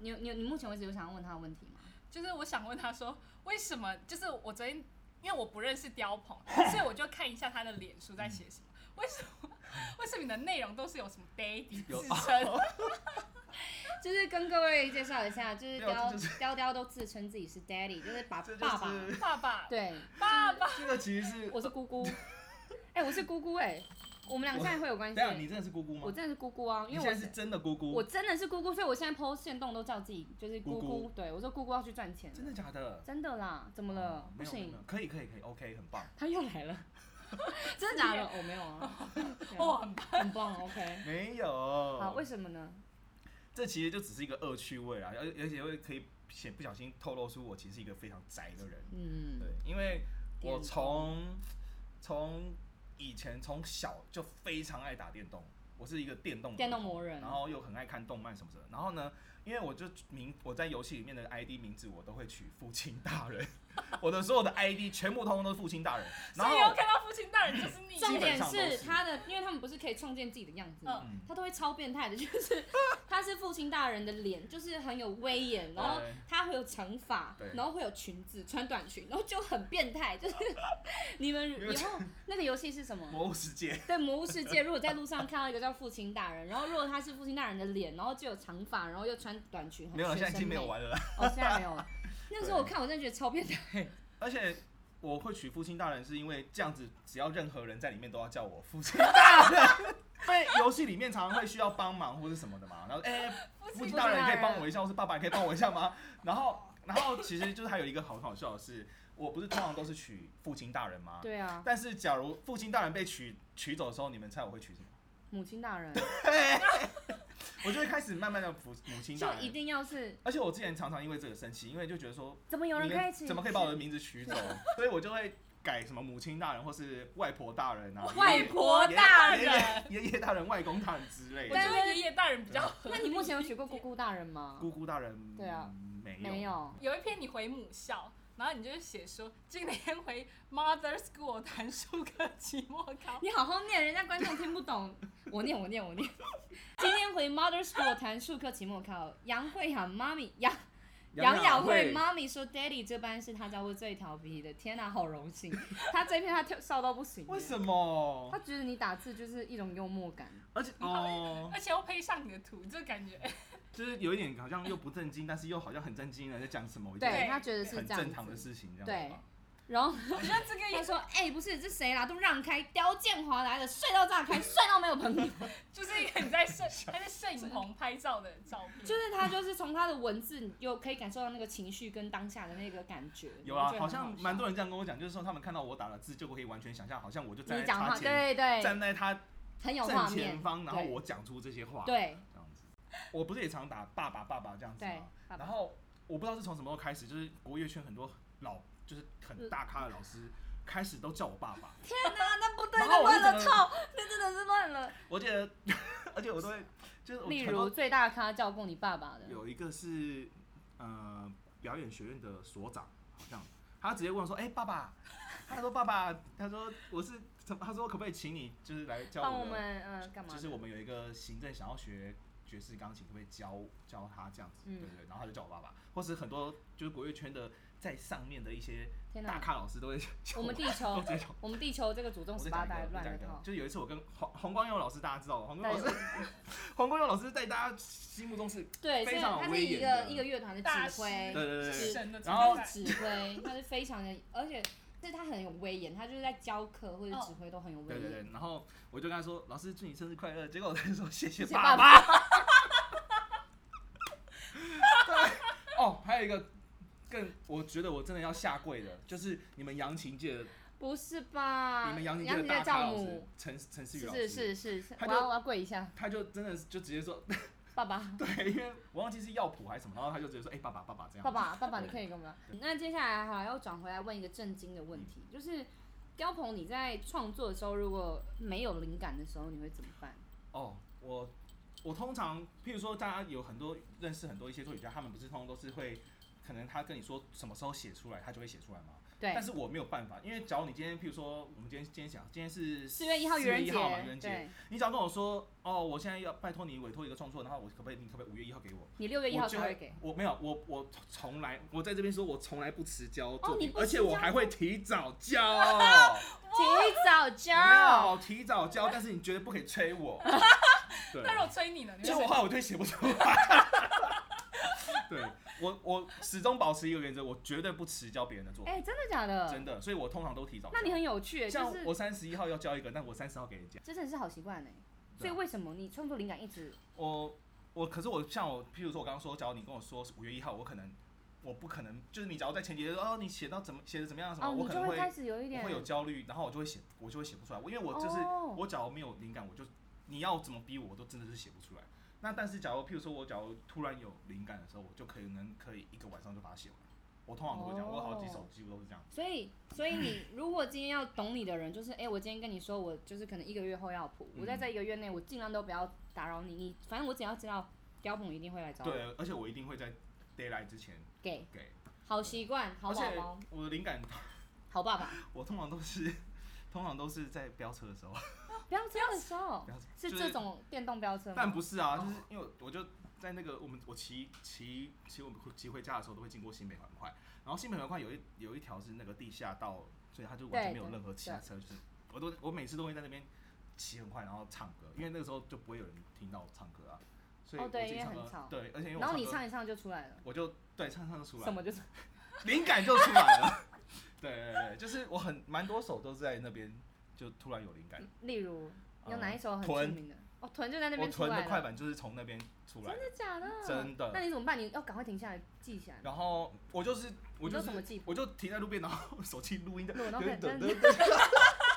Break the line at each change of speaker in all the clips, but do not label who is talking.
你目前为止有想要问他的问题吗？
就是我想问他说，为什么？就是我昨天因为我不认识刁鹏，所以我就看一下他的脸书在写什么。为什么？为什么你的内容都是有什么 daddy
有
自称？
就是跟各位介绍一下，就是
没有
雕
这就是
雕雕都自称自己是 daddy，就是把
这
爸爸，
就是
爸爸，
对，
爸爸，
这个其实是
我是姑姑，哎、我是姑姑、哎，我们俩现在会有关
等一
系、哎
下你真的是姑姑吗？
我真的是姑姑啊，
你
因为
现
我
在是真的姑姑，
我真的是姑姑，所以我现在 PO 线动都叫自己就是姑
姑姑
对我说姑姑要去赚钱了，
真的假的？
真的啦，怎么了？
哦
不
没有没有没
行
有，可以可以可以，OK，很棒。
他又来 了，真的假的？我、没有啊，
哇，很棒
很棒，OK。
没有，
好，为什么呢？
这其实就只是一个恶趣味啊，而而且会可以显不小心透露出我其实是一个非常宅的人。
嗯，
对，因为我
电动
从从以前从小就非常爱打电动，我是一个电动
电动
魔
魔人，
然后又很爱看动漫什么的。然后呢，因为我就名我在游戏里面的 ID 名字我都会取父亲大人， 我的所有的 ID 全部通通都是父亲大人。然
所以以后
后
看到父亲大人就是你。
重点
基本上都
是
是
他的，因为他们不是可以创建自己的样子吗？
嗯
他都会超变态的，就是 他是父亲大人的脸，就是很有威严，然后
对
他会有长发
对，
然后会有裙子，穿短裙，然后就很变态。 就是你们
没有
以后那个游戏是什么？
魔物 世界，
对《魔物世界》，如果在路上看到一个叫父亲大人，然后如果他是父亲大人的脸，然后就有长发，然后又穿短裙，很
没有了，
学
现在已经
生
没有
妹
玩了啦。
哦，现在没 有了。那时候我看，我真的觉得超变态。
而且我会取父亲大人，是因为这样子，只要任何人在里面都要叫我父亲大人。 在游戏里面常常会需要帮忙或是什么的嘛，然后哎、 父亲大人，你
哎
可以帮我一下，或是爸爸，你可以帮我一下吗？ 然后，然后其实就是还有一个很好笑的是，我不是通常都是取父亲大人吗？
对啊，
但是假如父亲大人被取取走的时候，你们猜我会取什么？
母亲大人
我就会开始慢慢的母母亲
就
大
一
人。
定要是
而且我之前常常因为这个生气，因为就觉得说
怎么有人
你
可以请
怎么可以把我的名字取 走？所以我就会改什么母亲大人或是外婆大人啊，
外婆大
爷
人，
爷爷爷爷大人、外公大人之类
我
的。
啊
觉得爷爷大人比较合理。
那你目前有娶过姑姑大人吗？
姑姑大人
对啊，
没有
没有，
有一篇你回母校，然后你就写说今天回 Mother School 谈数科期末考，
你好好念，人家观众听不懂。 我念，我念，我念。今天回 Mother School 谈数课期末考，哦杨慧涵妈咪杨杨雅慧妈咪说，Daddy 这班是他教过最调皮的。天哪、好荣 幸！他这一篇他跳笑到不行，
为什？么
他？觉得你打字就是一种幽默感。
而且哦，
而且又配上你的图，就感觉
就是有一点好像又不正经，但是又好像很正经的在讲什么，我觉得
对他觉得是
很
这样
正常的
子
事情，这样
对
子吧
然后
我觉得这个
他
也
说：“哎、不是，这谁啦？都让开！刁建华来了，帅到炸开，帅到没有朋友。
就是一个你在摄，他在摄影棚拍照的照片，
就是他，就是从他的文字，你就可以感受到那个情绪跟当下的那个感觉。
有
我
啊
觉，得
好
很
像
笑
蛮多人这样跟我讲，就是说他们看到我打的字，就可以完全想象，好像我就站
你
在
讲
他
话，
前，
对对，
站在他
很有
正
画面
前。方，然后
对
我讲出这些话，
对
这样子。我不是也常打爸爸爸爸这样子
对
吗？，
爸
然
爸
后我不知道是从什么时候开始，就是国乐圈很多老就是很大咖的老师开始都叫我爸爸。
天哪，那不对，
然后
那
我
乱
就
了，
整个
操，那真的是乱了。
我记得， 而且我都会就是我
例
很
如
多
最大咖叫过你爸爸的，哦
有一个是呃表演学院的所长，好像他直接问我说：“哎、爸爸。”他说：“爸爸，他说我是，他说可不可以请你就是来教
帮我
的
们嗯干嘛？
就是我们有一个行政想要学爵士钢琴，可不可以教教他这样子？
嗯
对对对，然后他就叫我爸爸，或是很多就是国乐圈的在上面的一些
天
大
哪，
咖老师都会叫
我们
爸
地
爸都
球，
直接 叫我。
我们地球这个祖宗
我
十
再
八
讲一
代
个，我再
乱
讲
了哦
一个
套，。
就是有一次我跟黄黄光佑老师，大家知道黄光佑
对
老师，黄光佑老师在大家心目中是，
对，所
非
以
常有
他是
威
一
严
个
的
一个乐团的
大
指
师
挥，
对对对
是
对，
神的存
然后
他
在
是指挥，他是非常的，而且就是他很有威严，他就是在教课或者指挥都很有威
对对
严。
对，然后我就跟他说，老师祝你生日快乐，结果他就说谢谢
谢
爸
爸
爸。 对，哦，还有一个更，我觉得我真的要下跪的，就是你们扬琴界的，
不是吧？
你们啊扬琴界
杨
的
姐
大
的
咖
教
老师
母，
陈陈思宇
是
老师，
是是是，是
他
我
就
要我要跪一下，
他就真的是就直接说，
爸爸。
对，因为我忘记是药谱还是什么，然后他就直接说，哎、爸爸爸爸这样，
爸，爸，爸爸，
对
你可以跟我们聊。那接下来哈，要转回来问一个震惊的问题，
嗯
就是雕鹏，你在创作的时候，如果没有灵感的时候，你会怎么办？
哦，我我通常，譬如说，大家有很多认识很多一些作曲家，他们不是通常都是会可能他跟你说什么时候写出来，他就会写出来嘛。
对
但，是我没有办法，因为假如你今天，譬如说，我们今天今天讲，今天是
四月一号愚人
4
节
嘛，愚人，节，
对
你只要跟我说，哦，我现在要拜托你委托一个创作，然后我可不可以，你可不可以五月一号给我？
你六月一号
我就
才会给。
我没有，我我从来，我在这边说，我从来不迟交作
哦你
品，
不
而
迟
且我
交
还会提早 交，
提早
没
交，
有提早交，但是你绝对不可以催 我。对，
那如果催你呢？你
其实
会生
我
气
话我就写不出来。 对我，我始终保持一个原则，我绝对不迟交别人的作品，
哎，真的假的？
真的。所以我通常都提早交。
那你很有趣，就
像
是
我三十一号要交一个，但我三十号给人家。
这真的是好习惯呢。所
啊
以为什么你创作灵感一直
我我可是我像我，譬如说我刚刚说，假如你跟我说五月一号，我可能我不可能，就是你假如在前几天说哦，你写到怎么写的怎么样什么，
哦，
我
你
可
就
能
会
会
开始有一点
我会有焦虑，然后我就会写，我就会写不出来，因为我就是、
哦
我假如没有灵感，我就你要怎么逼我，我都真的是写不出来。那但是假如譬如说我假如突然有灵感的时候，我就可能可以一个晚上就把它写完。我通常都会这样，
哦
我好几首几乎都是这样。
所以，所以你如果今天要懂你的人，就是哎、诶我今天跟你说，我就是可能一个月后要谱，
嗯
我在这一个月内，我尽量都不要打扰你，你反正我只要知道雕鹏一定会来找我，
对，而且我一定会在 d a y l i g h t 之前
给
给，
好习惯，好
而
宝
且
宝，
我的灵感
好爸爸，
我通常都是，通常都是在飙车的时候，
飙车的时候
飙车
哦是
就是
这种电动飙车
但
吗？
不是啊，就是因为我就在那个我们我骑骑骑我们骑回家的时候都会经过新北环快，然后新北环快有一有一条是那个地下道，所以它就完全
对
没有
对
任何其他车，就是我都我每次都会在那边骑很快，然后唱歌，因为那个时候就不会有人听到我唱歌啊，所以
哦
我
对
自
因
己
为
唱
很
歌
吵
对，而且因为我
然后你
歌，
唱一唱就出来了，
我就对唱唱就出来
什
了，
么就是
灵感就出来了， 对对对，就是我很蛮多首都是在那边就突然有灵感。
例如有哪一首很
臀
著名的？哦，臀就在那
呃我
边出
囤的
来
快
了，
板就是从那边出来
真的
的，
假的？啊
真的
那你怎么办？你要赶快停下来记下来。
然后我就是
你
我就
都
是
怎么记
我就停在路边，然后 手机录音的，
裸
噔
脑粉
噔
真
噔
的
噔，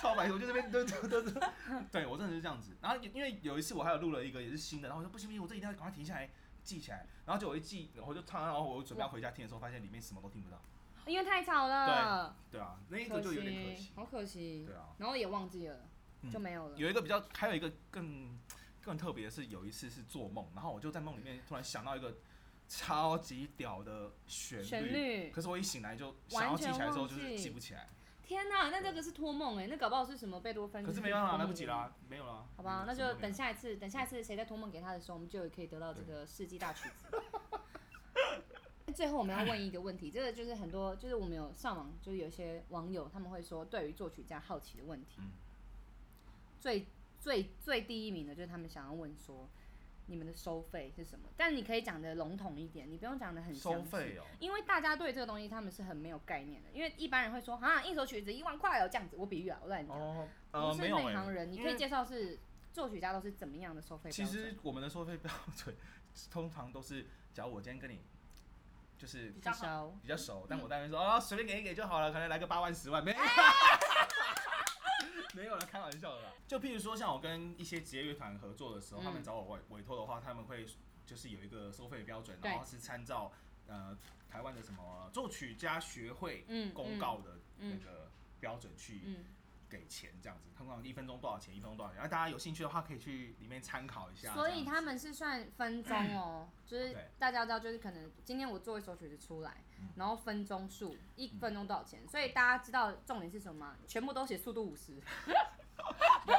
超白痴，我就这边噔噔噔噔，对我真的是这样子。然后因为有一次我还有录了一个也是新的，然后我说不行不行，我这一定要赶快停下来记起来。然后就我一记，然后我就唱，然后我准备要回家听的时候，发现里面什么都听不到。
因为太吵了，
对啊，那一个就有点可惜。
好可惜。
对啊，
然后也忘记了，
嗯
就没有了。
有一个比较，还有一个更更特别的是，有一次是做梦，然后我就在梦里面突然想到一个超级屌的旋
旋律，
可是我一醒来就想要记起来的时候，就是记不起来。
天哪，那这个是托梦哎，那搞不好是什么贝多芬？
可是没办
就
法，
托梦
来不及
给你。
啦，没有啦。
嗯
嗯
好吧，那
什
就
么都没有
等下一次，等下一次谁在托梦给他的时候，我们就可以得到这个世纪大曲子。 最后我们要问一个问题，这个就是很多，就是我们有上网，就是有一些网友他们会说对于作曲家好奇的问题，
嗯
最最最第一名的就是他们想要问说你们的收费是什么，但你可以讲的笼统一点，你不用讲的很详
收
细
费哦。
因为大家对这个东西他们是很没有概念的，因为一般人会说啊，一首曲子一万块哦，这样子。我比喻啊，我乱讲，
哦，呃，
不
没
是
有
内行
哎。
人，你
因
可
为
以介绍是作曲家都是怎么样的收费标
其
准？
实我们的收费标准 通常都是，假如我今天跟你就是
比较
很
好。
熟，
比较熟，但我当然说啊，随便给一给就好了，可能来个八万、十万，没有。 没有了，开玩笑的啦。就譬如说，像我跟一些职业乐团合作的时候，
嗯
他们找我委委托的话，他们会就是有一个收费标准，
对
然后是参照呃台湾的什么作曲家学会
嗯，
公告的那
嗯
个标准去
嗯，
给钱，这样子，通常一分钟多少钱，一分钟多少钱。然后啊大家有兴趣的话，可以去里面参考一下。
所
这样
以
子
他们是算分钟 哦，就是
对嗯
大家知道，就是可能今天我做一首曲子出来，然后分钟数，一分钟多少钱？所以大家知道重点是什么吗？全部都写速度五十，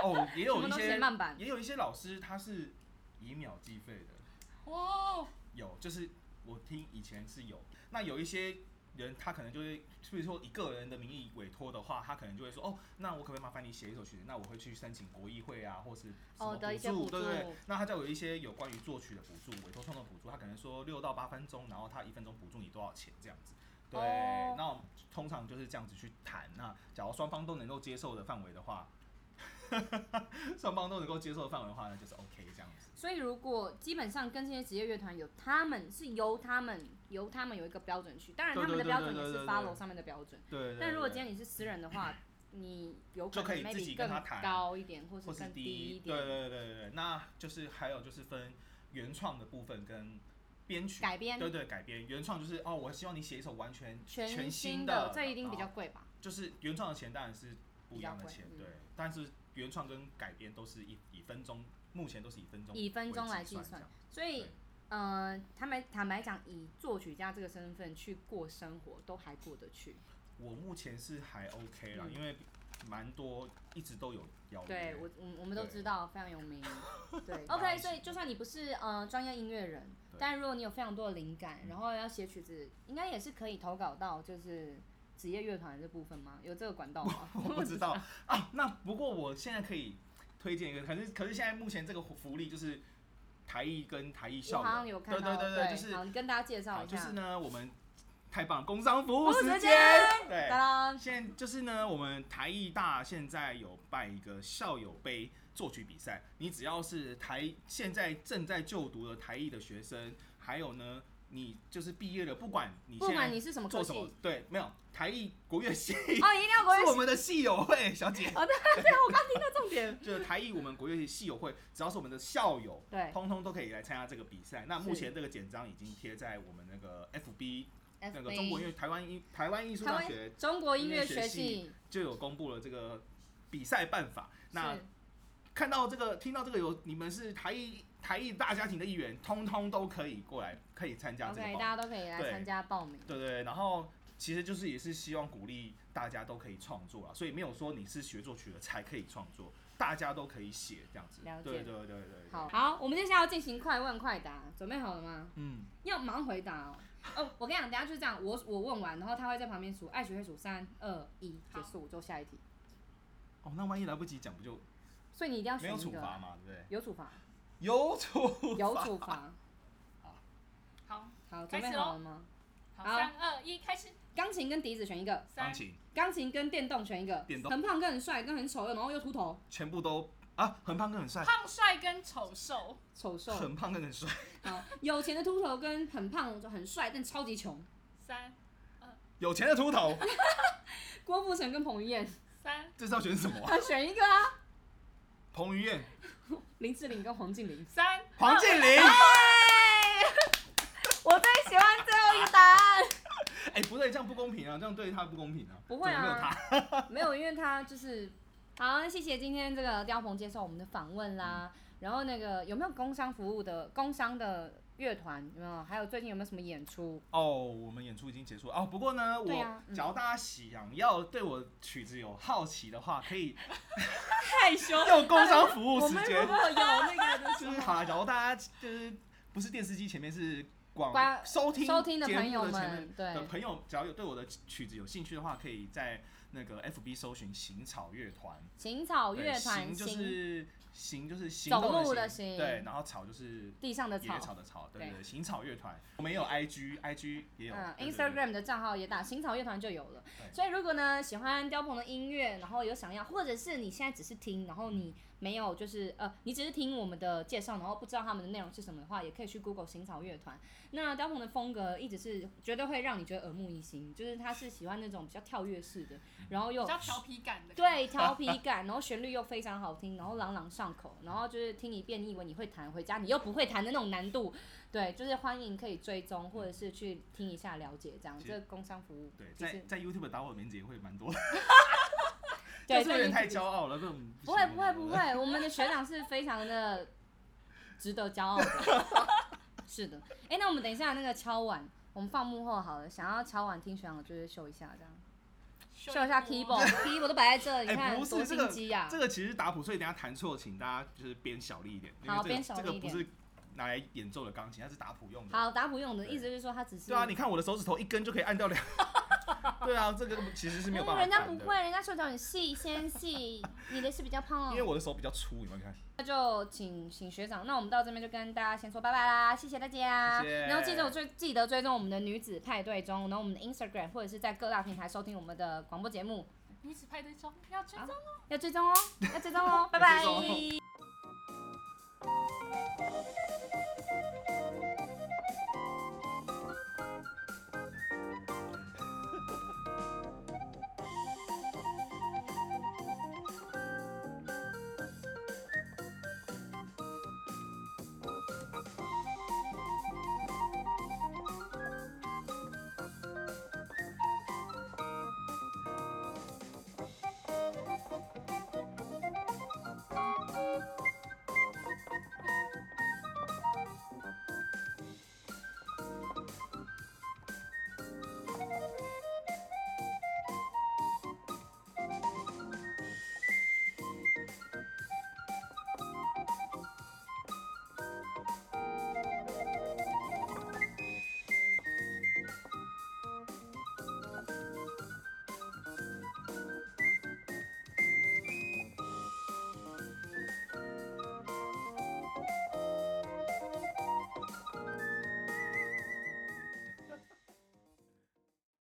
哦，也
全
有
部
一
都写
些
慢板，
也有一些老师他是以秒计费的，
哇，
有，就是我听以前是有，那有一些人他可能就会，比如说以个人的名义委托的话，他可能就会说，哦，那我可不可以麻烦你写一首曲子？那我会去申请国议会啊，或是什么
哦的一些
助，
补
对对
助
对。那他就有一些有关于作曲的补助、委托创作补助，他可能说六到八分钟，然后他一分钟补助你多少钱这样子。对，
哦
那我们通常就是这样子去谈。那假如双方都能够接受的范围的话， 双方都能够接受的范围的话呢，就是 OK 这样子。
所以，如果基本上跟这些职业乐团有他们是由他们由他们有一个标准去，当然
对
他们的
对对
标准也
对对
是
对
follow 上面的标准。
对对
但如果
对
今天你是私人的话，你有
就可
能
以自己
maybe
跟
更
他谈
高一点，或
或是
更
低
一
对
点。
对对对对，那就是还有就是分原创的部分跟编曲，
改编
对对改编，原创就是哦，我希望你写一首完全
全
新
的，这一定比，较
然后
贵吧？
就是原创的钱当然是不一样的钱
比，较贵嗯
对，但是原创跟改编都是以以分钟，目前都是以分钟
以分钟来
计
计
算这
算
样，。
所以
对
呃，他们坦白讲，以作曲家这个身份去过生活，都还过得去。
我目前是还 OK 啦，
嗯
因为蛮多一直都有邀约。
对我，我我们都
对
知道，非常有 名。对
大家
，OK，
一起
所以就算你不是呃专业音乐人
对，
但如果你有非常多的灵感，
嗯
然后要写曲子，应该也是可以投稿到就是职业乐团这部分吗？有这个管道吗？
我不知道啊。那不过我现在可以推荐一个，可是可是现在目前这个福利就是台艺跟台艺
我
校
好像
友，
有看到，
对对对对就是
好，你跟大家介绍
好，
一
就
下。
是呢，我们太棒，工商服务
服务
时
时
间哎
间，
对。
哒啦，
现在就是呢，我们台艺大现在有办一个校友杯作曲比赛，你只要是台现在正在就读的台艺的学生，还有呢，你就是毕业了，不管你
不
现
管
在
你是什么科
做
系，
什么
哦，，
对，没有台艺国乐系
一
是
定要国乐
我
系。
们的系友会，小姐，
哦，对对，我刚听到重点。
就是台艺我们国乐系系友会，只要是我们的校友，
对
通通都可以来参加这个比赛。那目
是
前这个简章已经贴在我们那个 FB 那个
FB
中国音乐台湾音台湾艺术
台
大
湾
学
中国音乐
音乐
学
学系
系，
就有公布了这个比赛办法。那
是
看到这个，听到这个有你们是台艺台艺大家庭的一员，通通都可以过来，可以参加这个
OK，
报
大
名。
家都可以来
对
参加报名。
对对对，然后其实就是也是希望鼓励大家都可以创作啊，所以没有说你是学作曲的才可以创作，大家都可以写这样子。
了解
对对对对对。
好，好，我们接下来要进行快问快答，准备好了吗？
嗯，
要忙回答哦。 哦，我跟你讲，等一下就是这样，我我问完，然后他会在旁边数，爱学会数三二一，结
好
束，就下一题。
哦，那万一来不及讲，不就
所以你一定要
没
选
有
一
处
个
罚
啊，
嘛，对不对？
有处 罚，
有 处
有处罚。
好，
好，准
开始
备好了吗？
好，
好
三二一，开始。
钢琴跟笛子选一个，
三
钢，琴
钢琴跟电动选一个，
电动
很胖跟很帅跟很丑，然后又秃头，
全部都啊，很胖跟很帅，
胖帅跟丑瘦，
丑瘦。
很胖跟很帅，
好，有钱的秃头跟很胖很帅但超级穷，
三
有钱的秃头，
郭富城跟彭于晏，
三
这是要选什么啊？
啊选一个啊，
彭于 晏、
林志玲跟黄静玲。
三，
黄
二
建玲。
我最喜欢最后一个答案。
哎、不对，这样不公平啊，这样对他不公平啊。
不会啊
怎么没有他。
没有，因为他就是好，谢谢今天这个刁鹏接受我们的访问啦。然后那个有没有工商服务的工商的乐团有没有？还有最近有没有什么演出？
哦，我们演出已经结束了哦。不过呢，
对
我、
啊嗯
假如大家想要对我曲子有好奇的话，可以
害羞，
用工商服务
我
时
们如
间
果。有那个的时
就是
候，
好了，假如大家就是不是电视机前面是 广
观
收听
收听的
节目
朋友
前
们
面，
对
的朋友，只要有对我的曲子有兴趣的话，可以在那个 FB 搜寻行草乐团。
行草
对
乐团
行就
行
是行就是行
走
动
路
的
的
行，
行
对，然后草就是
地上的
野
草，
草的草，对
对
对对，行草乐团，我们也有 IG，IG 也有
嗯
对对对
，Instagram 的账号也打“新草乐团”就有了。
对
所以如果呢喜欢刁鹏的音乐，然后有想要，或者是你现在只是听，然后你没有就是呃，你只是听我们的介绍，然后不知道他们的内容是什么的话，也可以去 Google 新草乐团。那刁鹏的风格一直是绝对会让你觉得耳目一新，就是他是喜欢那种比较跳跃式的，
嗯
然后又
比较调皮感的。
对调皮感，然后旋律又非常好听，然后朗朗上口，然后就是听一遍，你以为你会弹，回家你又不会弹的那种难度，对，就是欢迎可以追踪或者是去听一下了解这样，
其
这
实
个工商服务，
对，
其
在
实
在 YouTube 打我的名字也会蛮多的，
对，
这有点太
骄
骄傲了，这种
不会不会不，会，我们的学长是非常的值得骄傲的，是的，哎、那我们等一下那个敲碗，我们放幕后好了，想要敲碗听学长就是秀一下这样，
秀
秀一下
一波
keyboard，keyboard 都摆在这，你
哎
看
不是
多
这
心
个
机啊呀、
这个其实打谱，所以等一下弹错，请大家就是编小力一点，因
好
为这
编
个
小
这个
力一
不
点
是拿来演奏的钢琴，它是打谱用的。
好，打谱用的
对
意思就是说他只是
对啊，你看我的手指头一根就可以按 掉两。对啊，这个其实是没有办法。
哎人家不，会，人家手脚很细，纤细，你的是比较胖哦
因为我的手比较粗，你们看。
那就请请学长，那我们到这边就跟大家先说拜拜啦，谢谢大家。
谢谢
然后记得我追记得追踪我们的女子派对中，然后我们的 Instagram 或者是在各大平台收听我们的广播节目，
女子派对中要追踪。
哦
要追踪哦，要追踪哦，拜
要
拜
追踪。